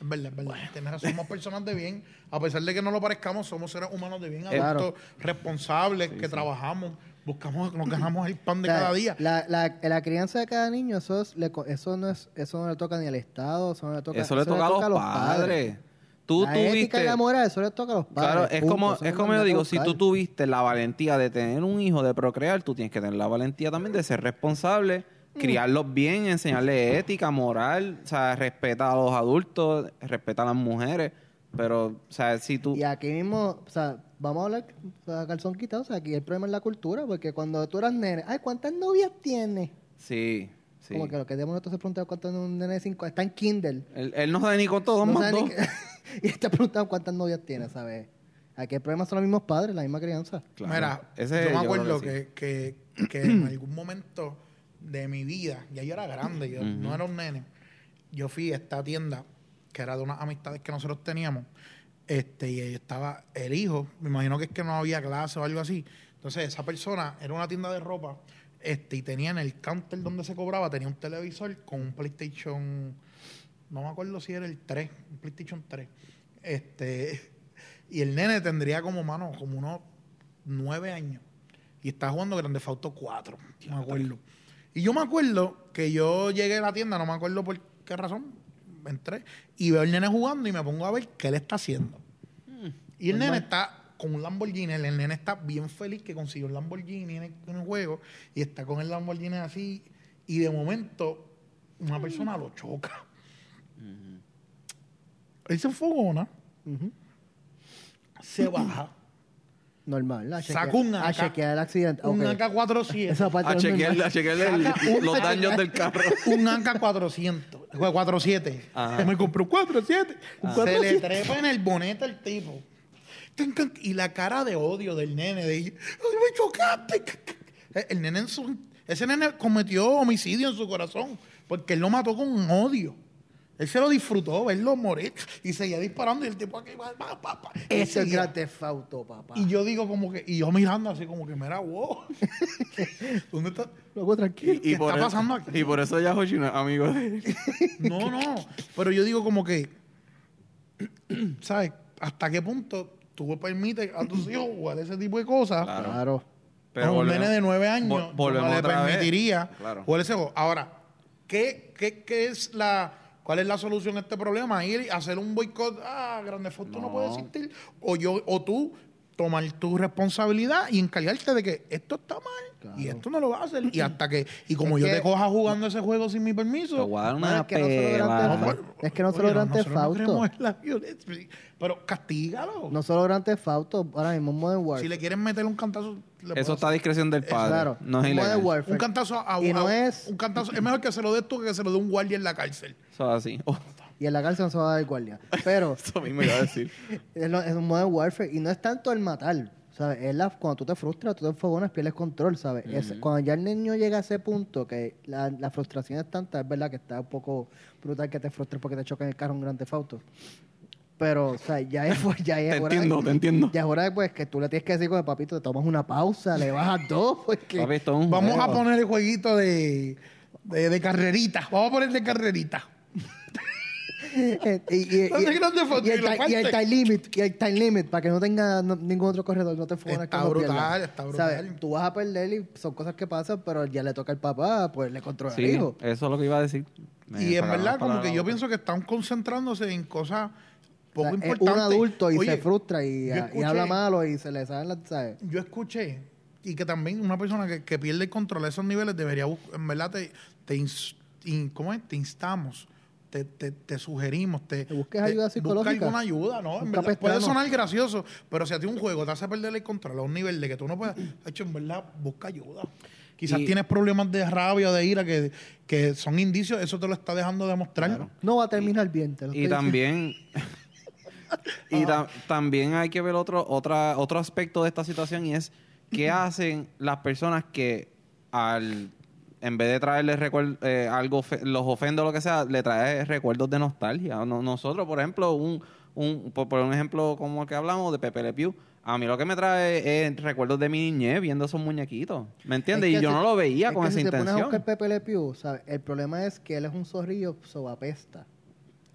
S1: Es verdad, es verdad. Tienes razón, somos personas de bien. A pesar de que no lo parezcamos, somos seres humanos de bien,
S4: Eh,
S1: adultos, responsables, que trabajamos, buscamos, nos ganamos el pan de
S4: O sea,
S1: cada día.
S4: La, la- la crianza de cada niño, eso, es- le co- eso, no es, eso no le toca ni al Estado, eso no le toca,
S3: Eso le toca a los padres. Tú
S4: la ética
S3: tuviste.
S4: y la moral, eso les toca a los padres.
S3: Claro, es
S4: punto.
S3: como,
S4: Eso no
S3: es
S4: lo
S3: como yo
S4: mandan a
S3: digo, si tú
S4: buscar.
S3: tuviste la valentía de tener un hijo, de procrear, tú tienes que tener la valentía también de ser responsable,
S1: Mm.
S3: criarlos bien, enseñarles ética, moral, o sea, respetar a los adultos, respetar a las mujeres, pero, o sea, si tú...
S4: Y aquí mismo, o sea, vamos a hablar o sea, calzón quitado, o sea, aquí el problema es la cultura, porque cuando tú eras nene, ay, ¿cuántas novias tienes?
S3: Sí, sí.
S4: Como que lo que demonios tú se preguntaba cuántas un nene de cinco, está en Kindle.
S3: Él, él no sabe ni con todo, dos
S4: No
S3: más
S4: sabe ni
S3: dos.
S4: qué- [laughs] y te preguntando cuántas novias tienes, ¿sabes? Aquí el problema son los mismos padres, la misma crianza.
S3: Claro.
S1: Mira,
S3: Ese
S1: yo me
S3: creo
S1: acuerdo
S3: sí.
S1: que, que, que en algún momento de mi vida, ya yo era grande, yo no era un nene, yo fui a esta tienda que era de unas amistades que nosotros teníamos, este, y ahí estaba el hijo, me imagino que es que no había clase o algo así. Entonces, esa persona era una tienda de ropa, este, y tenía en el counter donde se cobraba, tenía un televisor con un PlayStation, no me acuerdo si era el 3, un PlayStation 3. Este, [laughs] y el nene tendría como, mano, como unos nueve años. Y estaba jugando Grande Fauto 4, me acuerdo. Y yo me acuerdo que yo llegué a la tienda, no me acuerdo por qué razón, entré, y veo al nene jugando y me pongo a ver qué él está haciendo. Y el nene está con un Lamborghini, el, el nene está bien feliz que consiguió un Lamborghini en el, en el juego, y está con el Lamborghini así, y de momento una persona lo choca. Él se enfogona,
S4: Ujú.
S1: se baja.
S4: Normal. A
S1: Saca
S4: chequear,
S1: un
S4: a
S1: AK.
S4: chequear el accidente.
S1: Un
S4: Ok.
S1: AK-400.
S4: Esa parte
S3: A
S4: es
S3: chequearle,
S4: normal.
S3: a chequearle
S1: [laughs]
S3: el-
S1: Saca
S3: los
S1: una-
S3: daños del carro.
S1: un Anca 400, fue 47.
S3: Ajá.
S1: Me compró un 47. Se le trepa en el bonete al tipo. Tin, tin, Y la cara de odio del nene, de ¡Ay, me chocaste. E, El nene en su- ese nene cometió homicidio en su corazón, porque él lo mató con odio. Él se lo disfrutó, verlo morir y seguía disparando y el tipo aquí va, va, va, va. Y
S4: Eso es
S1: seguía.
S4: gran defauto, papá.
S1: Y yo digo como que, y yo mirando así como que, mira, wow. [laughs] ¿Dónde está?
S4: Luego
S1: [laughs]
S4: tranquilo.
S1: ¿Qué está
S3: eso-
S1: pasando aquí?
S3: y por eso ya Hoshi no es amigo de él.
S1: No, no. Pero yo digo como que, [clears throat] ¿sabes? ¿Hasta qué punto tú permites a tus hijos jugar ese tipo de cosas?
S3: Claro.
S4: Claro.
S1: [laughs] Pero un nene de nueve años
S3: vol- volvemos
S1: no le
S3: otra vez.
S1: permitiría Pues,
S3: Claro.
S1: jugar ese juego. Ahora, ¿qué, qué, qué es la... ¿Cuál es la solución a este problema? Ir a hacer un boicot, ah, Grande Foto no.
S3: No.
S1: puede existir. O yo, o tú tomar tu responsabilidad y encargarte de que esto está mal y esto no lo vas a hacer. Y hasta que, y como
S4: Es
S1: yo
S4: que-
S1: te coja jugando ese juego sin mi
S3: Te
S1: permiso, pues,
S3: voy a dar
S4: Mano,
S3: una
S4: es que no se lo
S3: peba.
S4: grande- Es que no solo
S1: Oye,
S4: Grand Theft
S1: nosotros no
S4: Auto.
S1: queremos [laughs] la violencia, pero castígalo.
S4: No solo gran defauto, ahora mismo Modern
S1: si
S4: Warfare.
S1: le quieren meter un cantazo, le
S3: Eso
S1: puedo Eh,
S3: está a discreción del padre.
S4: Claro.
S3: No es
S4: Modern
S3: ilegal.
S1: hacer. un
S4: Warfare.
S1: cantazo a,
S4: Y
S1: a-
S4: no es-
S1: un cantazo es mejor que se lo des tú que que se lo dé un guardia en la cárcel.
S3: Eso es así. [laughs] Oh,
S4: Y en la cárcel no se va a dar guardia.
S3: [laughs]
S4: Pero
S3: eso mismo iba a decir.
S4: es, lo- es un Modern Warfare y no es tanto el matar. ¿sabes? Es la, cuando tú te frustras, tú te enfogonas, pierdes control, ¿sabes? Es- cuando ya el niño llega a ese punto que la, la frustración es tanta, es verdad que está un poco brutal que te frustres porque te chocan el carro un gran defauto. Pero, o sea, ya es, [laughs] ya
S1: Eh,
S4: es
S3: Te
S4: hora de-
S3: entiendo, te entiendo.
S4: Ya es hora de, pues, que tú le tienes que decir con el papito, te tomas una pausa, le bajas dos, [laughs] porque...
S3: Papi, esto es un
S1: Vamos a
S3: juego.
S1: poner el jueguito de, de, de carreritas. Vamos a poner de carreritas.
S4: Eh, y, y,
S3: [laughs]
S4: y-
S1: ¿Dónde grande foto?
S4: y el
S1: Y la
S4: ti- y el
S1: parte.
S4: time limit, y el time limit, para que no tenga no- ningún otro corredor, no te enfogones
S1: Está
S4: cuando
S1: brutal,
S4: pierdas.
S1: está brutal.
S4: ¿Sabes? Tú vas a perder y son cosas que pasan, pero ya le toca al papá, pues le controla al
S3: Sí,
S4: hijo.
S3: eso es lo que iba a decir. Me
S1: Y en
S3: sacaron
S1: verdad,
S3: las
S1: como que
S3: palabras.
S1: yo pienso que están concentrándose en cosas poco
S4: O sea, es
S1: importantes.
S4: un adulto y
S1: Oye,
S4: se frustra y,
S1: yo
S4: y
S1: escuché-
S4: habla malo y se le salen las, ¿sabes?
S1: yo escuché y que también una persona que, que pierde el control a esos niveles debería buscar, en verdad te, te, ins- in- ¿cómo es? te instamos, te, te, te sugerimos, te
S4: Que busques
S1: te-
S4: ayuda
S1: Busca
S4: psicológica.
S1: alguna ayuda, ¿no? En
S4: Busca
S1: verdad, puede
S4: pestañas.
S1: sonar gracioso, pero si a ti un juego te hace perder el control a un nivel de que tú no puedes, hecho, en verdad, busca ayuda. Quizás
S3: Y-
S1: tienes problemas de rabia o de ira que, que son indicios, eso te lo está dejando demostrar.
S4: No va a terminar bien, te lo
S3: Y
S4: estoy
S3: también. [laughs] y ta- también hay que ver otro, otra, otro aspecto de esta situación y es qué hacen las personas que al en vez de traerles recuer- eh, algo ofe- los ofende o lo que sea, le trae recuerdos de nostalgia. No- nosotros, por ejemplo, un, un por, por un ejemplo como el que hablamos de Pepe Le Pew, a mí lo que me trae es recuerdos de mi niñez viendo esos muñequitos. ¿Me entiendes?
S4: Es
S3: y
S4: que
S3: yo
S4: si-
S3: no lo veía
S4: es
S3: con
S4: que
S3: esa
S4: si te pones a
S3: intención.
S4: buscar Pepe Le Pew, ¿sabes? El problema es que él es un zorrillo, so apesta.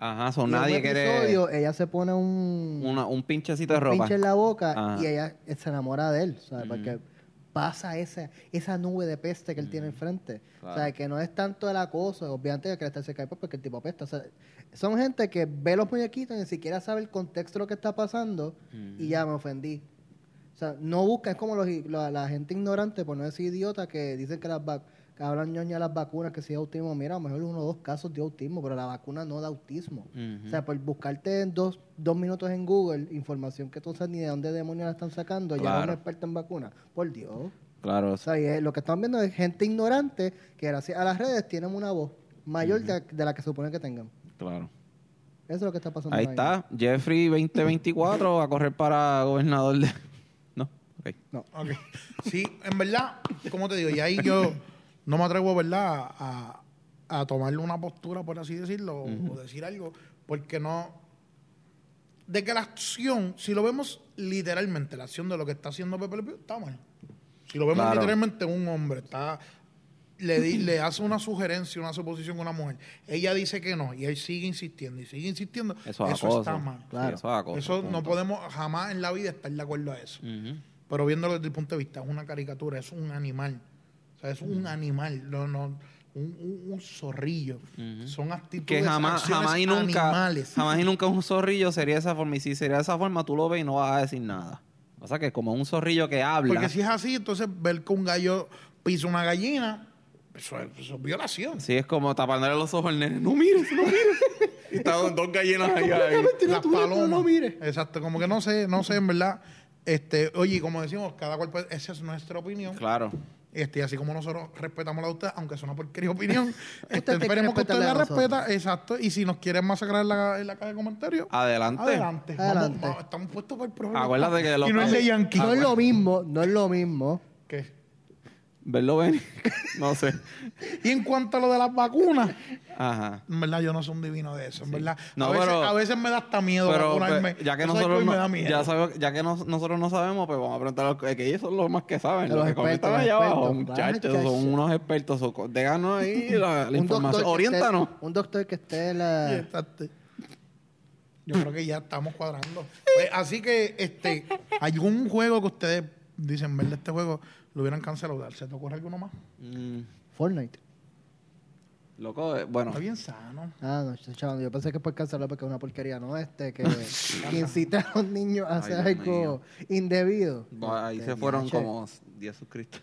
S3: Ajá, son
S4: Y en un
S3: nadie quiere
S4: episodio, ella se pone un...
S3: una- un pinchecito de
S4: un
S3: ropa.
S4: pinche en la boca
S3: Ajá.
S4: y ella se enamora de él, ¿sabes? Porque pasa esa, esa nube de peste que él tiene enfrente. O sea,
S3: Claro.
S4: que no es tanto el acoso, obviamente que le está cerca de porque el tipo apesta. O sea, son gente que ve los muñequitos y ni siquiera sabe el contexto de lo que está pasando y ya me ofendí. O sea, no busca, es como los, la, la gente ignorante, por no decir idiota, que dicen que las vac- que hablan ñoña de las vacunas, que si es autismo, mira, a lo mejor uno o dos casos de autismo, pero la vacuna no da autismo.
S3: Ujú.
S4: O sea, por buscarte en dos, dos minutos en Google información que tú no sabes ni de dónde demonios la están sacando, ya no
S3: Claro.
S4: es experto en vacunas. Por Dios. O
S3: Claro,
S4: sea, y, eh, lo que están viendo es gente ignorante que gracias a las redes tienen una voz mayor de, de la que supone que tengan.
S3: claro.
S4: Eso es lo que está pasando.
S3: Ahí
S4: ahora
S3: está, Jeffrey 2024 a correr para gobernador de... [laughs] No, ok.
S1: Ok. Sí, en verdad, como te digo, y ahí yo no me atrevo, ¿verdad?, a, a tomarle una postura, por así decirlo, o decir algo, porque no. De que la acción, si lo vemos literalmente, la acción de lo que está haciendo Pepe Le Pew, está mal. Si lo vemos
S3: Claro.
S1: literalmente, un hombre está. Le, di- le hace una sugerencia, una suposición a una mujer. Ella dice que no, y él sigue insistiendo y sigue insistiendo.
S3: Eso es acoso.
S1: está mal.
S3: Sí,
S4: Claro.
S3: eso es acoso,
S1: Eso no
S3: punto.
S1: podemos jamás en la vida estar de acuerdo a eso.
S3: Ujú.
S1: Pero viéndolo desde el punto de vista, es una caricatura, es un animal. O sea, es
S3: Mm.
S1: un animal, no, no, un, un- un zorrillo. Son actitudes
S3: Que jamás,
S1: acciones
S3: jamás y nunca,
S1: animales.
S3: jamás y nunca un zorrillo sería de esa forma. Y si sería de esa forma, tú lo ves y no vas a decir nada. O sea que como un zorrillo que habla.
S1: Porque si es así, entonces ver que un gallo pisa una gallina, eso es, eso es violación.
S3: Sí, es como tapándole los ojos al nene. No mires, no mires.
S1: [laughs]
S3: y estaban dos gallinas ahí. ahí.
S1: Las palomas. Exacto, como que no sé, no sé, en verdad. Este, oye, y como decimos, cada cual puede- esa es nuestra opinión.
S3: Claro.
S1: Este, así como nosotros respetamos la de usted, aunque es una porquería
S4: [laughs]
S1: opinión,
S4: tiene
S1: este,
S4: que
S1: esperemos que usted
S4: respetarla
S1: la
S4: a nosotros.
S1: respeta, exacto. Y si nos quieren masacrar en la, en la caja de comentarios,
S3: Adelante.
S1: adelante. Vamos,
S4: Adelante.
S1: vamos, estamos puestos para el programa.
S3: Acuérdate que los-
S1: Y no es de
S4: mismo.
S1: Yankee.
S4: No es lo mismo, no es lo mismo.
S1: ¿Qué?
S3: Verlo venir. [laughs] no sé.
S1: Y en cuanto a lo de las vacunas,
S3: Ajá.
S1: en verdad yo no soy un divino de eso, en verdad.
S3: No,
S1: a, veces,
S3: pero-
S1: a veces me da hasta miedo
S3: Pero
S1: vacunarme.
S3: pues, ya que
S1: Yo soy
S3: nosotros
S1: coy, me da
S3: no,
S1: miedo.
S3: ya, sabe- ya que nos- nosotros no sabemos, pues vamos a preguntar a los que que ellos son los más que saben.
S4: A
S3: Los,
S4: los
S3: que comentan
S4: expertos,
S3: allá
S4: los
S3: abajo,
S4: expertos.
S3: muchachos,
S4: Vaya,
S3: son
S4: chacho.
S3: unos expertos. so- Déjanos
S4: [laughs]
S3: ahí la, la
S4: Un doctor
S3: información.
S4: que
S3: Oriéntanos.
S4: esté- un doctor que esté en la...
S1: Exacto. Yo creo que ya estamos cuadrando. Pues, así que, este, algún juego que ustedes dicen, ¿verdad? Este juego lo hubieran cancelado. ¿Se te ocurre alguno más?
S3: Mm,
S4: Fortnite.
S3: loco, eh, bueno.
S1: Está bien sano.
S4: Ah, no, estoy chavando. Yo pensé que por cancelar porque es una porquería, ¿no?
S3: [laughs]
S4: Este, que, que incita a los niños a hacer
S3: Ay, Dios
S4: algo indebido.
S3: va, Ahí
S4: Este,
S3: se fueron
S4: diache.
S3: como 10 suscriptores.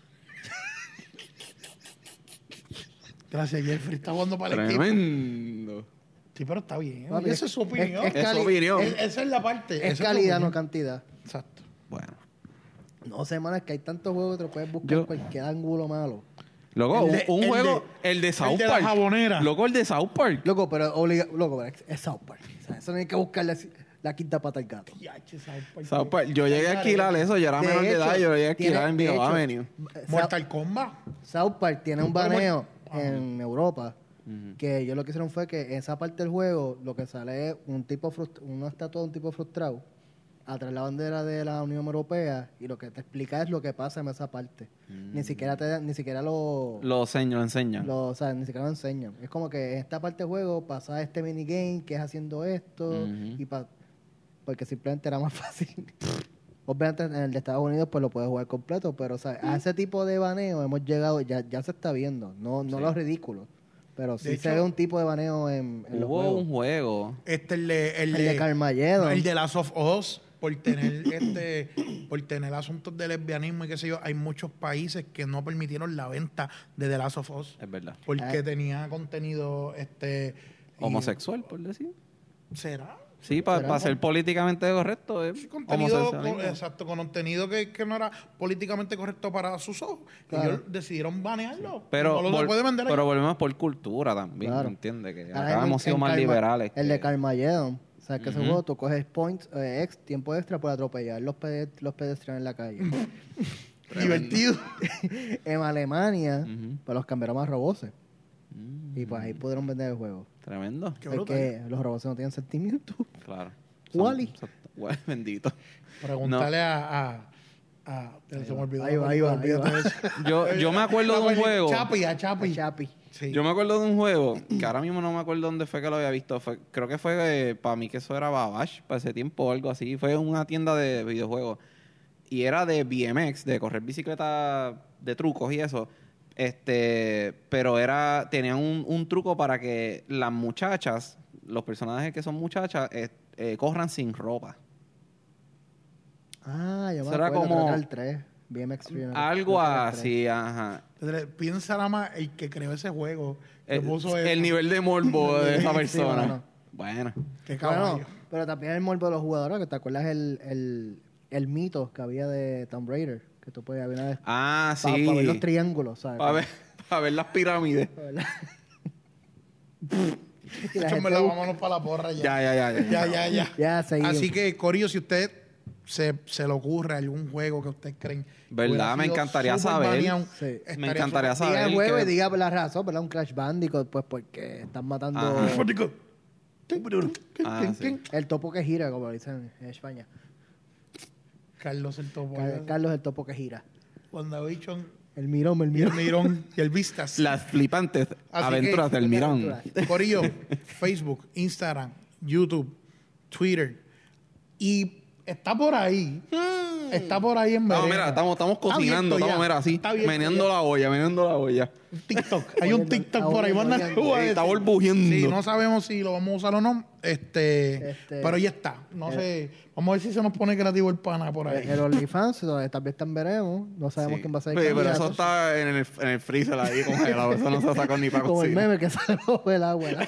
S1: Gracias, Jeffrey. Está jugando para el equipo.
S3: Tremendo.
S1: Sí, pero está bien.
S4: Papi,
S1: esa es su
S4: es-
S1: opinión.
S4: es-
S3: Es su
S4: cali-
S3: opinión.
S1: Es- esa es la parte. esa
S4: Es
S1: su
S4: calidad, no
S1: opinión.
S4: cantidad.
S1: Exacto.
S3: Bueno.
S4: No sé, mano, es que hay tantos juegos que te puedes buscar
S3: Yo-
S4: cualquier ángulo malo.
S3: Loco,
S1: El
S3: un,
S1: de-
S3: un
S1: el
S3: juego,
S1: de-
S3: el de South
S1: el de la
S3: Park.
S1: jabonera.
S3: Loco, el de South Park.
S4: Loco, pero obliga... Loco, pero es- es South Park. O sea, eso no hay que buscarle así- la quinta pata al gato.
S1: Yache, South Park.
S3: South Park. Yo llegué a alquilar eso, yo era
S4: De
S3: menor de
S4: hecho,
S3: edad, yo llegué a
S4: tiene-
S3: alquilar en
S4: de
S3: Vigo
S4: hecho,
S3: Avenue.
S1: Mortal Kombat.
S4: South Park tiene un
S1: Pero,
S4: baneo en Europa que ellos lo que hicieron fue que en esa parte del juego lo que sale es un tipo frust- una estatua de un tipo frustrado atrás de la bandera de la Unión Europea y lo que te explica es lo que pasa en esa parte. Ni siquiera te dan- ni siquiera Mm. lo,
S3: Lo enseño, lo enseñan.
S4: lo- o sea, ni siquiera lo enseñan. Es como que en esta parte del juego pasa este minigame que es haciendo esto
S3: Ujú.
S4: y pa- porque simplemente era más [laughs] fácil. Obviamente en el de Estados Unidos pues lo puedes jugar completo, pero o sea, a ese tipo de baneo hemos llegado, ya, ya se está viendo, no, no los ridículos, pero sí
S1: De
S4: se
S1: hecho,
S4: ve un tipo de baneo en, en los
S3: Hubo
S4: juegos.
S3: un juego.
S1: Este, el de... El
S4: el de Carmageddon.
S1: El de Last of Us, por tener [clears throat] este, por tener asuntos de lesbianismo y qué sé yo, hay muchos países que no permitieron la venta de The Last of Us
S3: Es verdad.
S4: Ah.
S1: porque tenía contenido este y-
S3: Homosexual, por decir.
S1: ¿Será?
S3: Sí, para ser políticamente correcto. eh, Es
S1: Contenido con-
S3: homosexualismo.
S1: exacto, con contenido que, que no era políticamente correcto para sus ojos.
S4: Claro.
S1: Ellos decidieron banearlo.
S3: Pero,
S1: no lo
S3: vol-
S1: puede vender ahí.
S3: pero volvemos por cultura también,
S4: Claro.
S3: ¿entiendes? Que
S4: Ahora
S3: acá
S4: mismo
S3: hemos
S4: en
S3: sido más
S4: Carma-
S3: liberales.
S4: Ah, El
S3: que-
S4: de Carmageddon. O sea, que ese
S3: Ujú.
S4: juego tú coges points, eh, ex, tiempo extra por atropellar los, pede- los pedestrianes en la calle.
S1: divertido.
S4: en Alemania,
S3: Ujú.
S4: pues los cambiaron a roboces.
S3: Mm,
S4: Y pues ahí pudieron vender el juego.
S3: Tremendo.
S1: Qué brutal.
S4: Porque los roboces no tienen sentimientos.
S3: Claro.
S4: Wall-E.
S3: Son- son- Wall- [laughs] Bendito.
S1: Preguntarle a, a, a- se me olvidó.
S4: Ahí va, ahí va, ahí va.
S1: Olvídate de eso.
S3: Yo, yo me
S1: [laughs]
S3: acuerdo de un juego.
S1: Chapi, a [laughs] Chapi.
S4: Chapi.
S1: Sí.
S3: Yo me acuerdo de un juego que ahora mismo no me acuerdo dónde fue que lo había visto. Fue- creo que fue para mí que eso era Babash para ese tiempo o algo así. Fue en una tienda de videojuegos y era de BMX, de correr bicicleta de trucos y eso. Este, pero era, tenían un, un truco para que las muchachas, los personajes que son muchachas, eh, eh, corran sin ropa.
S4: Ah, yo me
S3: Eso era
S4: acuerdo,
S3: como-
S4: creo que era el 3. BMX BMX,
S3: Algo
S4: creo que era el 3.
S3: así, ajá.
S1: Entonces, piensa nada más el que creó ese juego. Que
S3: El,
S1: puso
S3: el
S1: eso.
S3: nivel de morbo
S4: [laughs]
S3: de esa
S4: Sí,
S3: persona.
S4: mano.
S3: Bueno.
S1: Qué
S4: Bueno,
S1: caballo. [laughs]
S4: pero también el morbo de los jugadores, que te acuerdas el, el, el mito que había de Tomb Raider, que tú podías ver una vez
S3: Ah,
S4: pa-
S3: sí.
S4: pa ver los triángulos, ¿sabes?
S3: Para ver, pa' ver las pirámides.
S4: Pa' ver la- [laughs] y la
S1: Échamela,
S4: gente busca-
S1: vámonos para la porra ya.
S3: Ya, ya, ya. ya,
S1: Ya, ya, ya.
S4: [laughs] Ya, seguimos.
S1: Así que, Corillo, si usted se, se le ocurre algún juego que ustedes creen. que
S3: ¿Verdad?
S1: hubiera
S3: Me
S1: sido
S3: encantaría
S1: súper
S3: saber.
S4: Sí. Me
S1: estaría
S3: Me encantaría
S1: súper-
S4: diga
S3: saber.
S4: el juego
S3: que-
S4: y diga la razón, ¿verdad? Un Crash Bandicoot, pues porque están matando
S3: Ajá. Ah, sí.
S4: el topo que gira, como dicen en España.
S1: Carlos el Topo.
S4: Ca- Carlos el topo que gira.
S1: WandaVision,
S4: El mirón,
S1: y
S4: el
S1: el
S4: mirón.
S1: Mirón y el Vistas.
S3: Las flipantes
S1: Así
S3: aventuras
S1: que-
S3: del Mirón. [laughs]
S4: Aventuras.
S1: Corillo, Facebook, Instagram, YouTube, Twitter. Y está por ahí. Está por ahí en verdad.
S3: Hmm. No, mira, estamos, estamos cocinando, estamos, mira, así, meneando la olla, meneando la olla.
S4: [laughs]
S1: TikTok. Hay un
S4: Oyendo,
S1: TikTok
S4: está
S1: por ahí.
S4: oyendo,
S1: Manda
S4: oyendo.
S1: tú a
S3: Ey, está
S1: ese.
S3: burbujeando.
S1: Sí, no sabemos si lo vamos a usar o no. Este,
S4: Este-
S1: pero ya está. No sé. Vamos a ver si se nos pone creativo el pana por ahí.
S4: El OnlyFans, donde también están veremos. No sabemos
S3: Sí.
S4: quién va a ser el
S3: Sí, pero eso
S4: candidato.
S3: está en el, en el freezer ahí congelado. Eso no se sacó ni para
S4: [laughs] Como el
S3: cocinar.
S4: meme que sale bajo el agua. ¿verdad?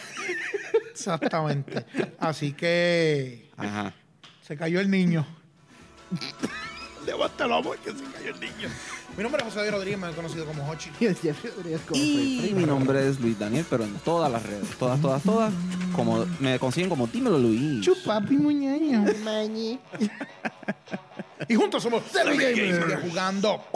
S1: Exactamente. Así que
S3: Ajá.
S1: se cayó el [laughs] niño. Levántalo, amor, que se cayó el niño. Mi nombre es José David Rodríguez, me he conocido como Hochi.
S4: Y el Jeffrey Rodríguez como
S3: Y
S4: Freddy.
S3: mi nombre es Luis Daniel, pero en todas las redes, todas, todas, todas, como me consiguen como Dímelo Luis.
S1: Chupapi muñeño.
S4: Mañi.
S1: Y juntos somos Servi Gamers. Sigue jugando.